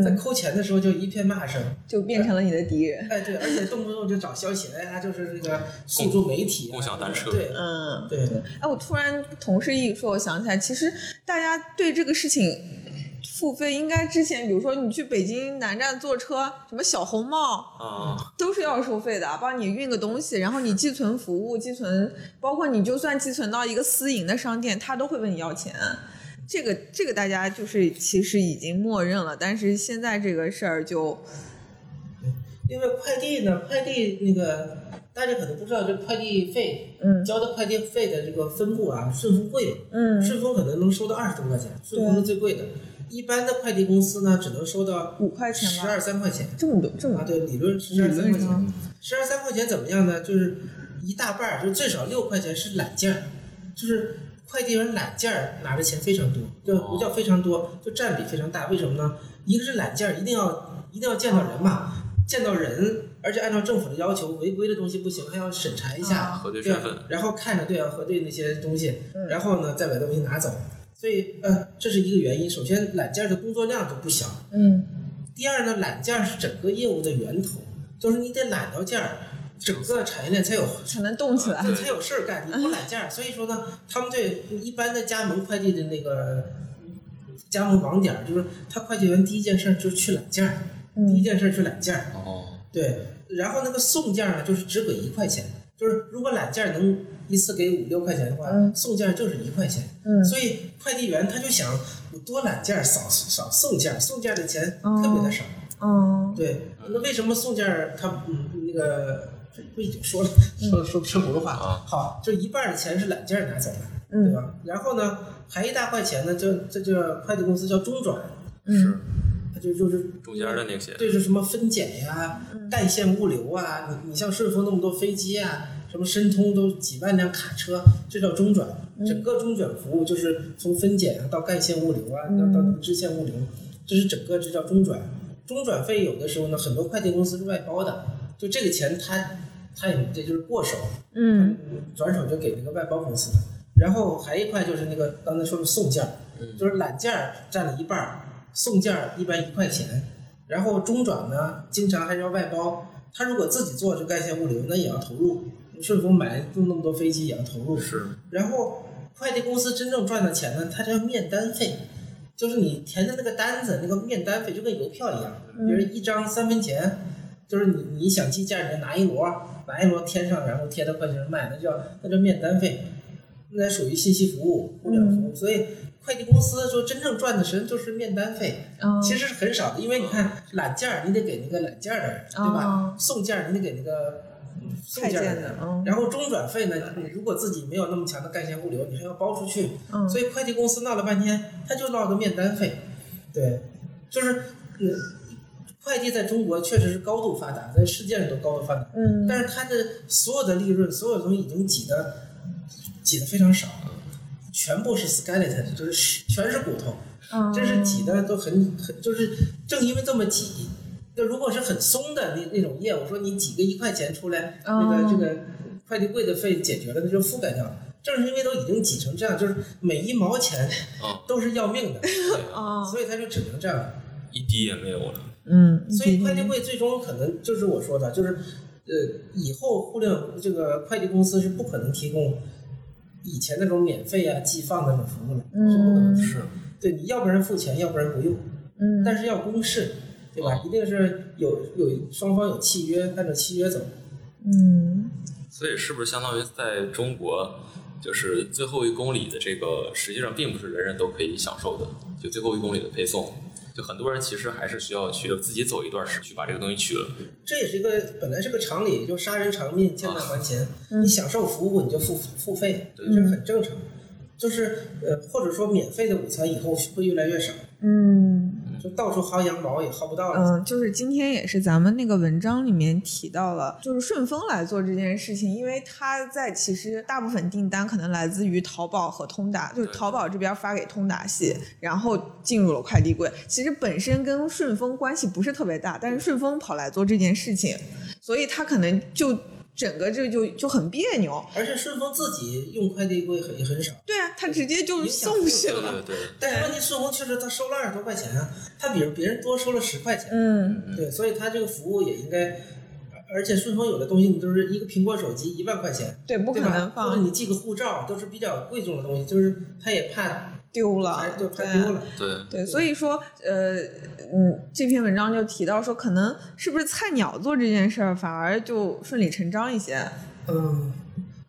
C: 在
A: 嗯，
C: 抠钱的时候就一片骂声。
A: 就变成了你的敌人。
C: 哎，对，而且动不动就找消息，哎呀，就是这个诉诸媒体啊，
B: 共享单车
C: 对
A: 嗯，
C: 对对。
A: 哎，我突然同事一说，我想起来，其实大家对这个事情付费，应该之前，比如说你去北京南站坐车，什么小红帽
B: 啊，
A: 都是要收费的，帮你运个东西，然后你寄存服务、寄存，包括你就算寄存到一个私营的商店，他都会问你要钱。这个这个大家就是其实已经默认了，但是现在这个事儿就
C: 另外快递呢，快递那个大家可能不知道，这快递费，
A: 嗯
C: 交的快递费的这个分布啊，顺丰贵嘛，
A: 嗯
C: 顺丰可能能收到二十多块钱，顺丰是最贵的，一般的快递公司呢只能收到
A: 五块钱
C: 十
A: 吧，嗯
C: 二三块钱
A: 这么多这
C: 啊，
A: 么
C: 对，理论是
A: 理
C: 十二三
A: 论
C: 块钱，
A: 上
C: 十二三块钱怎么样呢？就是一大半儿，就最少六块钱是揽件儿，就是。快递员揽件儿拿的钱非常多，对，
B: 哦
C: 不叫非常多，就占比非常大。为什么呢？一个是揽件儿一定要一定要见到人嘛，见到人，而且按照政府的要求，违规的东西不行，还要审查一下，
B: 核对
C: 对
B: 身
C: 啊
B: 份，
C: 然后看着对啊，核对那些东西，
A: 嗯
C: 然后呢再把东西拿走。所以呃，这是一个原因。首先，揽件儿的工作量就不小，
A: 嗯
C: 第二呢，揽件儿是整个业务的源头，就是你得揽到件儿，整个产业链才有
A: 才能动起来
B: 对，
C: 才有事儿干，你不揽件儿。所以说呢，他们对一般的加盟快递的那个加盟网点儿，就是他快递员第一件事儿就是去揽件儿，第一
A: 嗯
C: 件事儿去揽件儿。
B: 哦，
C: 对，然后那个送件儿呢，就是只给一块钱，就是如果揽件儿能一次给五六块钱的话，
A: 嗯
C: 送件儿就是一块钱。
A: 嗯
C: 所以快递员他就想，我多揽件儿少少送件儿，送件儿的钱
A: 哦
C: 特别的少。
A: 嗯，
C: 对，那为什么送件儿他嗯那个这不已经说了说说说普通话
B: 啊
C: 好，就一半儿的钱是揽件儿拿走的，
A: 嗯
C: 对吧？然后呢，还一大块钱呢，就这就快递公司叫中转，嗯
B: 是
C: 它就就是
B: 中间的那些，
C: 对，就什么分拣呀、带线物流啊，你你像顺丰那么多飞机啊，什么申通都几万辆卡车，这叫中转。整个中转服务就是从分拣啊到干线物流啊，到到支线物流，这是整个这叫中转。中转费有的时候呢，很多快递公司是外包的，就这个钱他他也这就是过手，
A: 嗯
C: 转手就给那个外包公司了。然后还一块就是那个刚才说的送件儿，就是揽件儿占了一半儿，送件儿一般一块钱，然后中转呢经常还是要外包。他如果自己做就干线物流，那也要投入。顺丰买用那么多飞机也要投入。
B: 是
C: 然后快递公司真正赚的钱呢，它叫面单费，就是你填的那个单子那个面单费就跟邮票一样，比如一张三分钱，就是你你想寄件儿你就拿一摞儿，拿一摞填上，然后贴到快递上卖，那叫那叫面单费，那属于信息服务、互联网服务，所以。快递公司说真正赚的钱就是面单费，
A: 嗯，
C: 其实是很少的，因为你看揽件儿，你得给那个揽件儿的人，对吧
A: 哦？
C: 送件儿你得给那个嗯送
A: 太
C: 件儿的
A: 监
C: 人
A: 的，，嗯
C: 然后中转费呢，你如果自己没有那么强的干线物流，你还要包出去，
A: 嗯
C: 所以快递公司闹了半天，他就闹个面单费。对，就是，嗯，快递在中国确实是高度发达，在世界上都高度发达，
A: 嗯，
C: 但是它的所有的利润，所有东西已经挤得挤得非常少，全部是 skeleton，就是全是骨头。
A: 嗯
C: 真是挤的都很很，就是正因为这么挤，那如果是很松的那那种业务，说你挤个一块钱出来，那个、
A: 哦
C: 这个快递柜的费解决了，那就覆盖掉了。正是因为都已经挤成这样，就是每一毛钱
B: 嗯
C: 都是要命的，
A: 啊，
C: 所以它就只能这样了。
B: 一滴也没有了，
A: 嗯，
C: 所以快递柜最终可能就是我说的，就是呃，以后互联网这个快递公司是不可能提供以前那种免费啊、寄放那种服务了，
A: 嗯
C: 是不可能的。
B: 是
C: 对，你要不然付钱，要不然不用，
A: 嗯，
C: 但是要公示，对吧？一定是有有双方有契约，按照契约走。
A: 嗯
B: 所以是不是相当于在中国，就是最后一公里的这个，实际上并不是人人都可以享受的，就最后一公里的配送，就很多人其实还是需要去自己走一段时去把这个东西取了。
C: 这也是一个本来是个常理，就杀人偿命，欠债还
A: 啊
C: 钱。
A: 嗯
C: 你享受服务你就付付费，这
B: 对
C: 是很正常。就是呃，或者说免费的午餐以后会越来越少，
A: 嗯。
C: 就到处薅羊毛也薅不到了。
A: 嗯，就是今天也是咱们那个文章里面提到了，就是顺丰来做这件事情，因为它在其实大部分订单可能来自于淘宝和通达，就是
B: 对
A: 淘宝这边发给通达系，然后进入了快递柜。其实本身跟顺丰关系不是特别大，但是顺丰跑来做这件事情，所以他可能就整个这就就很别扭。
C: 而且顺丰自己用快递柜很也很少，
A: 对啊，他直接就
C: 影响
A: 送
C: 不
A: 去
B: 对
A: 了。
B: 对对，
C: 但是问题顺丰确实他收了二十多块钱啊，他比如别人多收了十块钱，
A: 嗯
C: 对，所以他这个服务也应该。而且顺丰有的东西，你就是一个苹果手机一万块钱，
A: 对，不可
C: 对吧
A: 能
C: 或者
A: 放
C: 你寄个护照，都是比较贵重的东西，就是他也怕，
A: 丢
C: 哎
A: 了，
C: 对，怕
A: 啊对啊
C: 丢了。
B: 对，
A: 对，所以说，呃，嗯，这篇文章就提到说，可能是不是菜鸟做这件事儿，反而就顺理成章一些。啊
C: 嗯，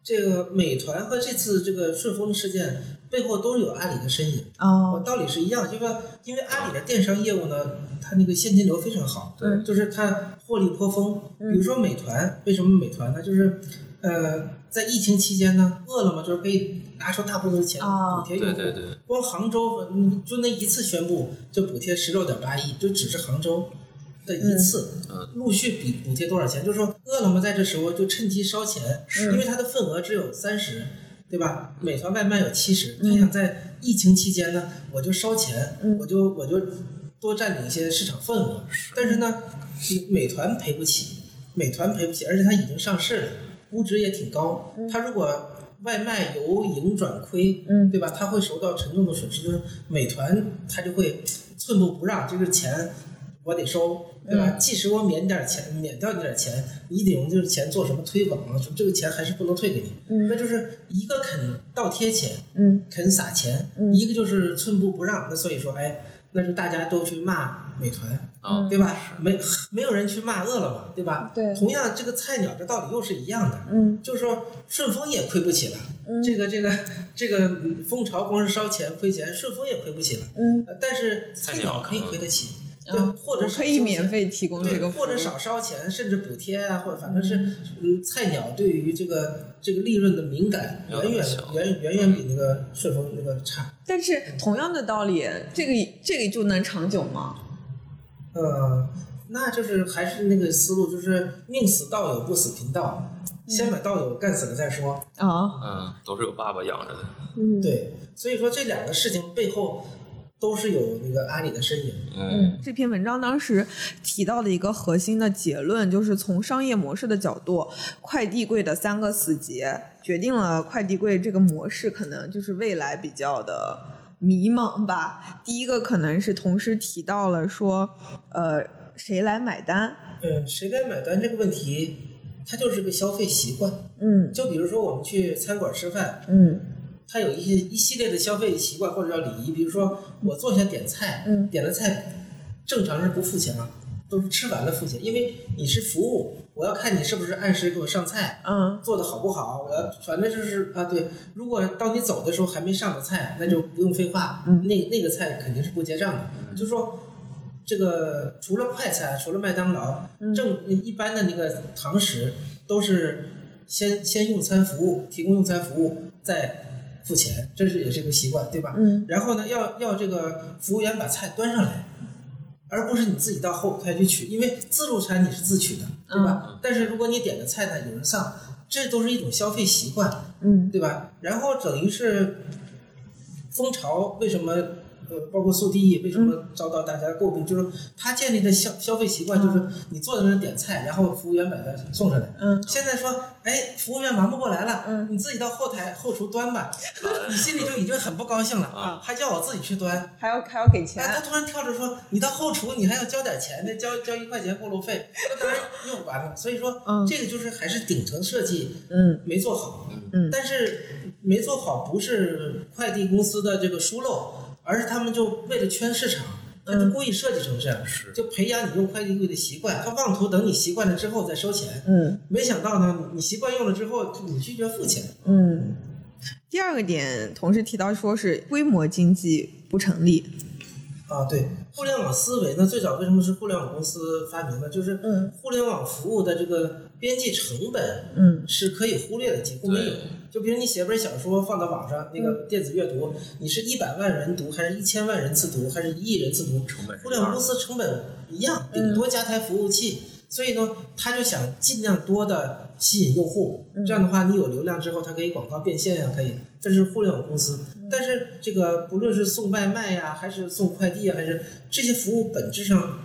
C: 这个美团和这次这个顺丰的事件背后都有阿里的身影，
A: 哦，
C: 道理是一样，就是说因为阿里的电商业务呢，它那个现金流非常好，
A: 对
C: 就是它获利颇丰。
A: 嗯
C: 比如说美团，为什么美团呢？就是呃，在疫情期间呢，饿了么就是可以拿出大部分的钱
A: 啊
C: 补贴用
B: 对对
C: 户。
B: 对，
C: 光杭州嗯就那一次宣布就补贴十六点八亿，就只是杭州的一次，
B: 嗯
C: 陆续比补贴多少钱？就是说饿了么在这时候就趁机烧钱，
A: 是
C: 因为它的份额只有三十，对吧？美团外卖有七十，
A: 嗯
C: 它想在疫情期间呢，我就烧钱，
A: 嗯
C: 我就我就多占领一些市场份额。但是呢，美团赔不起，美团赔不起，而且它已经上市了，估值也挺高
A: 嗯，
C: 它如果外卖由盈转亏，
A: 嗯
C: 对吧？他会受到沉重的损失，就是美团他就会寸步不让，这个钱我得收，对
A: 嗯
C: 吧？即使我免点钱，免掉你点钱，你得用这个钱做什么推广啊？这个钱还是不能退给你。那
A: 嗯
C: 就是一个肯倒贴钱，
A: 嗯
C: 肯撒钱，
A: 嗯
C: 一个就是寸步不让。那所以说，哎，那就大家都去骂美团，
B: 啊，
C: 对吧？没没有人去骂饿了么，对吧？
A: 嗯对
C: 同样，这个菜鸟这道理又是一样的。
A: 嗯
C: 就是说顺丰也亏不起了，
A: 嗯
C: 这个这个这个嗯蜂巢光是烧钱亏钱，顺丰也亏不起了，
A: 嗯，
C: 呃但是菜鸟可以亏得起，对，
A: 啊
C: 或者
A: 我
C: 少
A: 可以
C: 收
A: 免
C: 钱
A: 费提供这
C: 对，
A: 个服务，
C: 或者少烧钱，甚至补贴啊，或者反正是嗯，菜鸟对于这个这个利润的敏感
B: 要
C: 远远
B: 小
C: 远远远比那个顺丰那个差，
A: 但是同样的道理，这个这个就能长久吗？
C: 呃，那就是还是那个思路，就是宁死道友不死贫道，
A: 嗯
C: 先把道友干死了再说。
A: 啊，
B: 嗯，都是有爸爸养着的，
A: 嗯，
C: 对，所以说这两个事情背后都是有那个阿里的身影。
B: 嗯，
A: 这篇文章当时提到的一个核心的结论，就是从商业模式的角度，快递柜的三个死结决定了快递柜这个模式可能就是未来比较的迷茫吧。第一个可能是同时提到了说，呃，谁来买单？
C: 嗯，谁该买单这个问题，它就是个消费习惯。
A: 嗯
C: 就比如说我们去餐馆吃饭，
A: 嗯
C: 它有一些一系列的消费习惯或者叫礼仪，比如说我坐下点菜，
A: 嗯
C: 点了菜，正常是不付钱啊，都是吃完了付钱，因为你是服务，我要看你是不是按时给我上菜。
A: 嗯
C: 做的好不好，我要反正就是啊，对，如果到你走的时候还没上的菜，那就不用废话，
A: 嗯
C: 那那个菜肯定是不结账的。就是说，这个除了快餐，除了麦当劳，
A: 嗯
C: 正一般的那个堂食都是先先用餐服务，提供用餐服务，再付钱，这是也是个习惯，对吧？
A: 嗯
C: 然后呢，要要这个服务员把菜端上来，而不是你自己到后台去取，因为自助餐你是自取的，对吧？
A: 嗯
C: 但是如果你点的菜呢，有人上，这都是一种消费习惯，
A: 嗯
C: 对吧？然后等于是蜂巢为什么？呃，包括速递为什
A: 嗯
C: 么遭到大家诟病？就是他建立的消消费习惯，就是你坐在那儿点菜，然后服务员把它送上来。
A: 嗯
C: 现在说，哎，服务员忙不过来了，
A: 嗯
C: 你自己到后台后厨 端吧，你心里就已经很不高兴了，
B: 啊
C: 还叫我自己去端。
A: 还要还要给钱
C: 哎，？他突然跳着说，你到后厨你还要交点钱呢，交交一块钱过路费，那当然又完了。所以说，
A: 嗯
C: 这个就是还是顶层设计
A: 嗯
C: 没做好，
A: 嗯
C: 但是没做好，不是快递公司的这个疏漏，而是他们就为了圈市场，他
A: 嗯
C: 就故意设计成这样，
B: 是
C: 就培养你用快递柜的习惯，他妄图等你习惯了之后再收钱。
A: 嗯
C: 没想到呢，你习惯用了之后，你拒绝付钱。
A: 嗯。第二个点，同事提到说是规模经济不成立。
C: 啊，对，互联网思维呢，最早为什么是互联网公司发明的？就是
A: 嗯
C: 互联网服务的这个边际成本
A: 嗯
C: 是可以忽略的，几乎没有
B: 对。
C: 就比如你写本小说放到网上，那
A: 嗯
C: 个电子阅读，你是一百万人读，还是一千万人次读，还是一亿人次读？
B: 成本是一样的
C: 互联网公司成本一样，顶多加台服务器。所以呢，他就想尽量多的吸引用户，这样的话，你有流量之后，它可以广告变现呀、可以，这是互联网公司。但是这个不论是送外卖呀、还是送快递呀、还是这些服务，本质上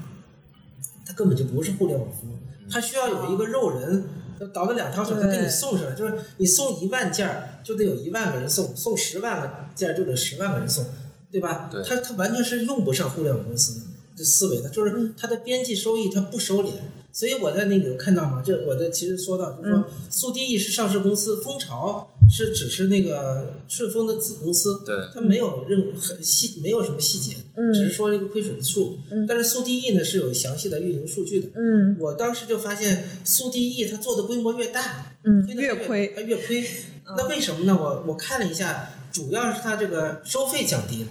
C: 它根本就不是互联网服务，
B: 嗯
C: 它需要有一个肉人，就倒了两条腿，他给你送上来，就是你送一万件儿，就得有一万个人送，送十万个件儿就得十万个人送，对吧？
B: 对
C: 它它完全是用不上互联网公司的思维的，就是它的边际收益它不收敛。所以我在那个看到嘛，这我的其实说到就是说，速递是上市公司，蜂巢是只是那个顺丰的子公司，
B: 对
C: 它没有任很细，没有什么细节，
A: 嗯
C: 只是说这个亏损数。
A: 嗯
C: 但是速递易呢是有详细的运营数据的。
A: 嗯
C: 我当时就发现速递易它做的规模越大，
A: 嗯，
C: 亏得呃
A: 月亏。嗯
C: 它越亏。那为什么呢？我我看了一下，主要是它这个收费降低了，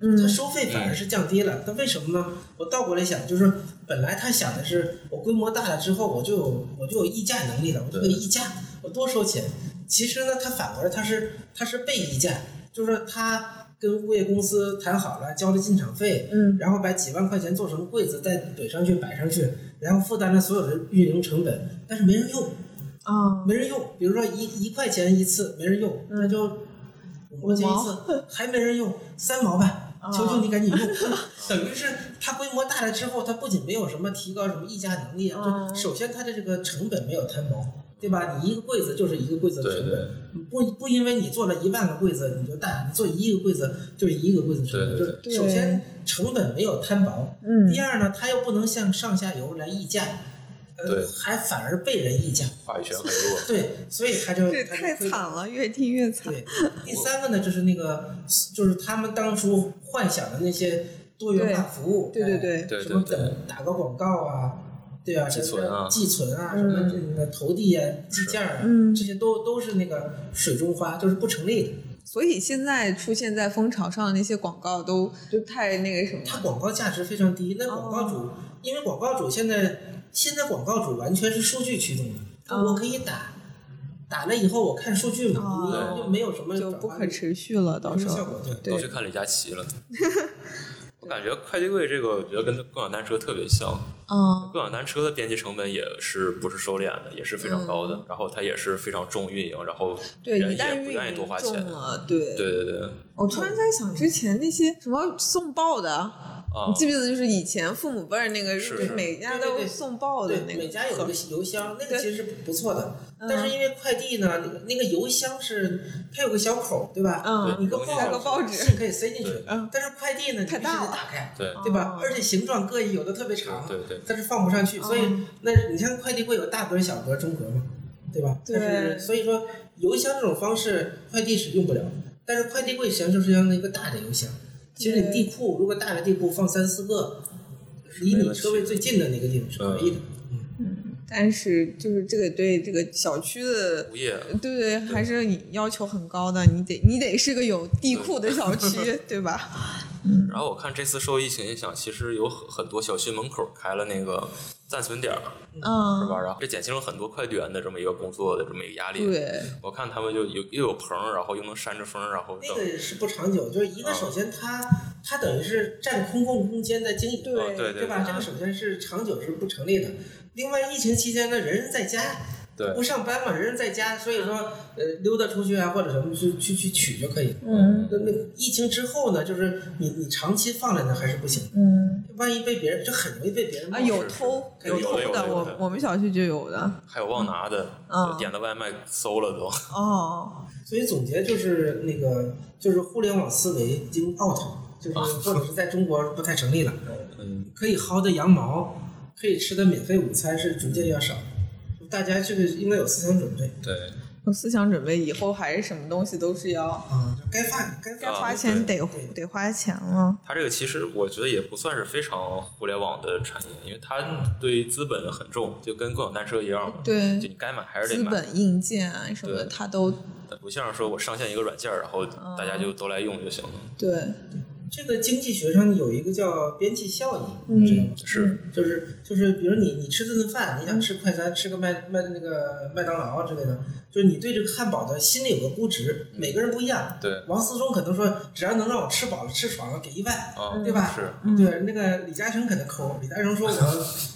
A: 嗯
C: 它收费反而是降低了。那为什么呢？我倒过来想，就是本来他想的是我规模大了之后，我就有我就有议价能力了，我就可以议价，我多收钱。其实呢，他反过来他是他是被议价，就是他跟物业公司谈好了，交了进场费，
A: 嗯
C: 然后把几万块钱做成柜子，再怼上去摆上去，然后负担了所有的运营成本，但是没人用，
A: 啊，
C: 没人用。比如说一一块钱一次没人用，那就五毛钱一次还没人用，三毛吧
A: 啊，
C: 求求你赶紧用。 等于是它规模大了之后，它不仅没有什么提高什么议价能力啊，
A: 啊
C: 就首先它的这个成本没有摊薄。对吧？你一个柜子就是一个柜子的
B: 对
C: 成
B: 对
C: 本，你不不因为你做了一万个柜子你就大，你做一个柜子就是一个柜子成本。
B: 对对对
C: 就首先成本没有摊薄，
A: 嗯
C: 第二呢，它又不能向上下游来议价，呃
B: 对，
C: 还反而被人议价，
B: 话语权很弱。
C: 对，所以他就
A: 这
C: 他就
A: 太
C: 亏
A: 惨了，越听越惨。
C: 对，第三个呢，就是那个，就是他们当初幻想的那些多元化服务，
A: 对对对
C: 哎
B: 对
C: 什么
B: 对对
C: 等打个广告啊，对啊，
B: 寄
C: 什么
B: 存啊
C: 寄存啊，
A: 嗯
C: 什么这个投递啊，寄件啊，
A: 嗯
C: 这些都都是那个水中花，就是不成立的。
A: 所以现在出现在蜂巢上的那些广告都就太那个什么
C: 它
A: 了。
C: 广告价值非常低。那广告主，
A: 哦
C: 因为广告主现在现在广告主完全是数据驱动的，
A: 哦
C: 我可以打，打了以后我看数据嘛，
A: 哦
C: 你就没有什么
A: 就
C: 转
A: 不
C: 化
A: 可
C: 率
A: 持续了，到
C: 没
A: 时
C: 有效
A: 候
C: 果对。
A: 对
B: 都去看李佳琦了。我感觉快递柜这个，我觉得跟共享单车特别像。
A: 啊，
B: 共享单车的边际成本也是不是收敛的，也是非常高的。
A: 嗯
B: 然后它也是非常重运营，然后
A: 对，
B: 人
A: 一旦
B: 也不愿
A: 运
B: 意多
A: 营
B: 花
A: 重
B: 钱。
A: 了，对
B: 对对啊对，
A: 我突然在想，之前那些什么送报的，
B: 啊
A: 你，记不记得？就是以前父母辈儿那个，就是
B: 是
A: 每家
C: 对对
A: 都
C: 对
A: 送报的
C: 对，
A: 那个，
C: 每家有一个邮箱，那
A: 对
C: 个
A: 嗯
C: 其实不错的。但是因为快递呢，那个那个邮箱是它有个小口，对吧？
A: 嗯
C: 你个
B: 对塞
C: 报
B: 个
A: 报纸
C: 信可以塞进去
B: 对，
A: 嗯
C: 但是快递呢，你
A: 太
C: 必须
A: 大
C: 得
A: 了
C: 打开，
B: 对
C: 对吧
A: 哦？
C: 而且形状各异，有的特别长，
B: 对对，
C: 但是放不上去，所以
A: 嗯
C: 那你像快递柜有大格、小格、中格嘛，对吧？
A: 对
C: 但是所以说邮箱这种方式快递是用不了，但是快递柜实际上就是像一个大的邮箱。其实你地库如果大的地库放三四个，离
B: 没
C: 你
B: 问题嗯
C: 车位最近的那个地方是可以的。嗯
A: 但是就是这个对这个小区的
B: 物。业
A: 对对，
B: 啊
A: 还是要求很高的，你得你得是个有地库的小 区，对吧？
B: 然后我看这次受疫情影响，其实有很很多小区门口开了那个暂存点儿，是
A: 嗯，
B: 吧？然后这减轻了很多快递员的这么一个工作的这么一个压力。
A: 对，
B: 我看他们就有又有棚儿，然后又能扇着风儿，然后
C: 那
B: 等。
C: 个是不长久，就是一个
B: 啊
C: 首先它它等于是占空空空间在经营，
A: 对
B: 啊对
C: 对吧？这个首先是长久是不成立的。另外，疫情期间呢，人人在家，
B: 对
C: 不上班嘛，人人在家，所以说呃溜达出去啊或者什么去去去取就可以。
A: 嗯
C: 那那疫情之后呢，就是你你长期放在那还是不行，
A: 嗯
C: 万一被别人就很容易被别人
A: 啊，
C: 冒
A: 有
B: 是
A: 偷
C: 是
A: 有
C: 有
A: 偷
B: 的有的有
A: 我
B: 的
A: 我们小区就有 的
B: 还有忘拿的，
A: 嗯
B: 就点了外卖馊了都。
A: 哦，
C: 所以总结就是那个就是互联网思维已经 out，就是
B: 啊
C: 或者是在中国不太成立了。
B: 嗯，
C: 可以薅的羊毛，可以吃的免费午餐是逐渐要少，大家这个应该有思想准备。
B: 对。
A: 我思想准备以后还是什么东西都是要
C: 啊，就该发该
A: 该
C: 发
A: 花钱
B: 对
A: 得得花钱了。
B: 它这个其实我觉得也不算是非常互联网的产业，因为它对资本很重，就跟共享单车一样嘛。
A: 对
B: 就你该买还是得
A: 资
B: 买，
A: 本硬件啊什么的，
B: 对
A: 它都
B: 不像是说我上线一个软件儿，然后
A: 哦
B: 大家就都来用就行了。
A: 对，
C: 这个经济学上有一个叫边际效应，你知道吗？
B: 是，
C: 就是就是，比如你你吃顿饭，你想吃快餐，吃个麦麦那个麦当劳之类的，就是你对这个汉堡的心里有个估值，每个人不一样。
B: 对，
C: 王思聪可能说，只要能让我吃饱了、吃爽了，给一万。
B: 啊，
C: 对吧
B: 是，
A: 嗯
C: 对，那个李嘉诚可能抠，李嘉诚说我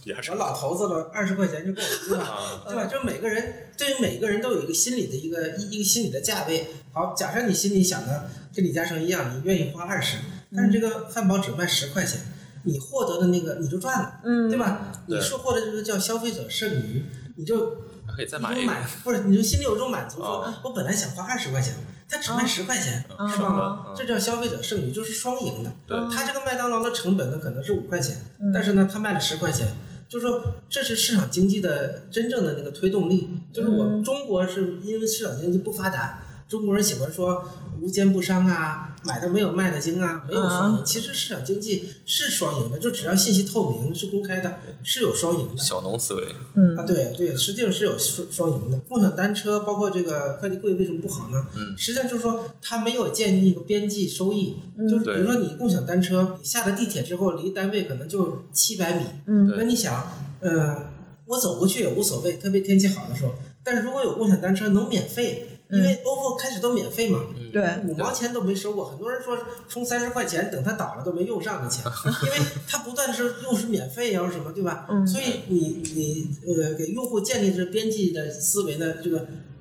B: 也还是
C: 我老头子了，二十块钱就够了，对吧？
B: 啊，
C: 对吧？就每个人对于每个人都有一个心理的一个一一个心理的价位。好，假设你心里想的跟李嘉诚一样，你愿意花二十，
A: 嗯
C: 但是这个汉堡只卖十块钱，你获得的那个你就赚了，
A: 嗯，
C: 对？吧？
B: 对
C: 你是获得这个叫消费者剩余，你就
B: 还可以再
C: 你
B: 买
C: 就
B: 一个，
C: 满不是，你就心里有一种满足，说
B: 啊
C: 我本来想花二十块钱，他只卖
A: 啊
C: 十块钱，
A: 嗯
C: 是吧
B: 嗯？
C: 哦这叫消费者剩余，就是双赢的。
B: 对
C: 他这个麦当劳的成本呢可能是五块钱，
A: 嗯
C: 但是呢，他卖了十块钱，就是说这是市场经济的真正的那个推动力。就是我们
A: 嗯
C: 中国是因为市场经济不发达，中国人喜欢说无奸不商啊，买的没有卖的精啊，没有双
A: 嗯
C: 赢。其实市场经济是双赢的，就只要信息透明是公开的，是有双赢的。
B: 嗯小农思维，
C: 啊，
A: 嗯，
C: 对对，实际上是有双双赢的。共享单车包括这个快递柜为什么不好呢？
B: 嗯
C: 实际上就是说它没有建立一个边际收益，
A: 嗯
C: 就是比
B: 对
C: 如说你共享单车，你下了地铁之后离单位可能就七百米，
A: 嗯
B: 对
C: 那你想，呃，我走过去也无所谓，特别天气好的时候。但是如果有共享单车能免费，因为 OPPO 开始都免费嘛，
B: 嗯
A: 嗯对
C: 五毛钱都没收过，很多人说充三十块钱，等它倒了都没用上 的钱，因为它不断是又是免费呀，什么对吧？
A: 嗯
C: 所以你你呃给用户建立这边际的思维呢，这个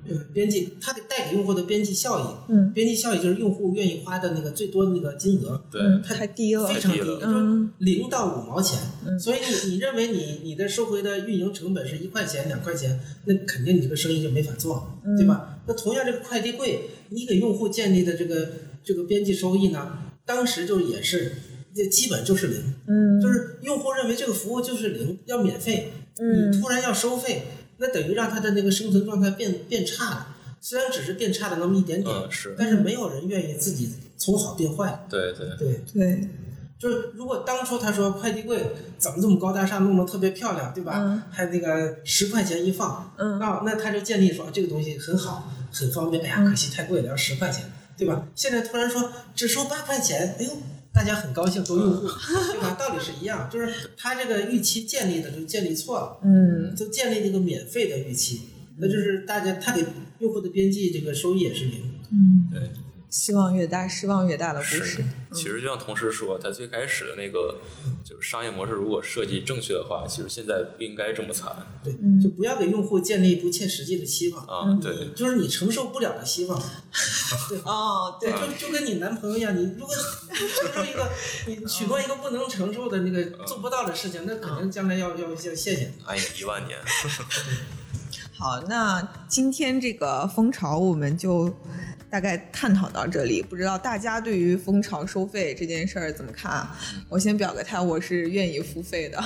C: 呃边际，它给带给用户的边际效益，
A: 嗯，
C: 边际效益就是用户愿意花的那个最多的那个金额
B: 对，
A: 嗯太低了
C: 非，常低，
B: 太低了
C: 就是零到五毛钱。
A: 嗯
C: 所以你你认为你你的收回的运营成本是一块钱两块钱，那肯定你这个生意就没法做了，
A: 嗯
C: 对吧？那同样这个快递柜，你给用户建立的这个这个边际收益呢，当时就也是，这基本就是零，
A: 嗯，
C: 就是用户认为这个服务就是零，要免费，
A: 嗯
C: 你突然要收费，那等于让他的那个生存状态变变差了。虽然只是变差了那么一点点，
B: 嗯是，
C: 但是没有人愿意自己从好变坏，
B: 对对
C: 对。
A: 对，
C: 就是如果当初他说快递柜怎么这么高大上，弄得特别漂亮，对吧？
A: 嗯
C: 还那个十块钱一放，啊
A: 嗯
C: 那那他就建立说这个东西很好，很方便。哎呀，
A: 嗯
C: 可惜太贵了，要十块钱，对吧？现在突然说只收八块钱，哎呦，大家很高兴，都用户，
A: 嗯
C: 对吧？道理是一样，就是他这个预期建立的就建立错了，
A: 嗯
C: 就建立那个免费的预期，那就是大家他给用户的边际这个收益也是零。
A: 嗯，
B: 对。
A: 希望越大，失望越大的故
B: 是
A: 事。，
B: 其实就像同事说，他最开始的那个就是商业模式，如果设计正确的话，其实现在不应该这么惨
C: 对
A: 嗯，
C: 就不要给用户建立不切实际的期望，
B: 啊。对，
C: 就是你承受不了的希望。
A: 哦，
C: 对，就就跟你男朋友一样，你如果承受一个，你
B: 啊
C: 许诺一个不能承受的那个做不到的事情，那肯定将来要要要谢谢你。
B: 哎呀，一万年，
A: 哦好，那今天这个蜂巢我们就大概探讨到这里，不知道大家对于蜂巢收费这件事儿怎么看啊？
B: 嗯
A: 我先表个态，我是愿意付费的，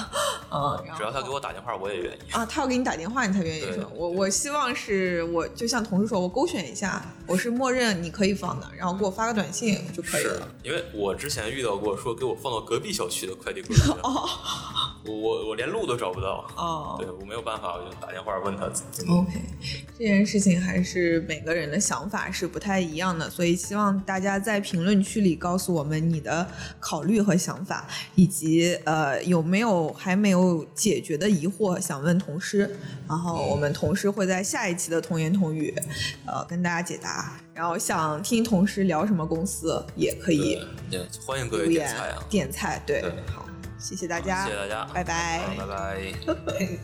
A: 嗯，然后
B: 只要他给我打电话，我也愿意。
A: 啊，他要给你打电话，你才愿意
B: 对
A: 是吧
B: 对
A: 我我希望是我就像同事说，我勾选一下，我是默认你可以放的，然后给我发个短信就可以
B: 是
A: 了。
B: 因为我之前遇到过说给我放到隔壁小区的快递 柜上，我我我连路都找不到，
A: 哦
B: 对我没有办法，我就打电话问他怎么。
A: ，OK，这件事情还是每个人的想法是不太一样的，所以希望大家在评论区里告诉我们你的考虑和想法，以及呃有没有还没有解决的疑惑想问同事，然后我们同事会在下一期的童言童语，呃跟大家解答。然后想听同事聊什么公司也可以
B: 对，也欢迎各位
A: 留言
B: 点菜啊！
A: 点菜，对，
B: 对
A: 好，谢谢大家，
B: 谢谢大家，
A: 拜拜
B: 好拜拜。
C: 嘿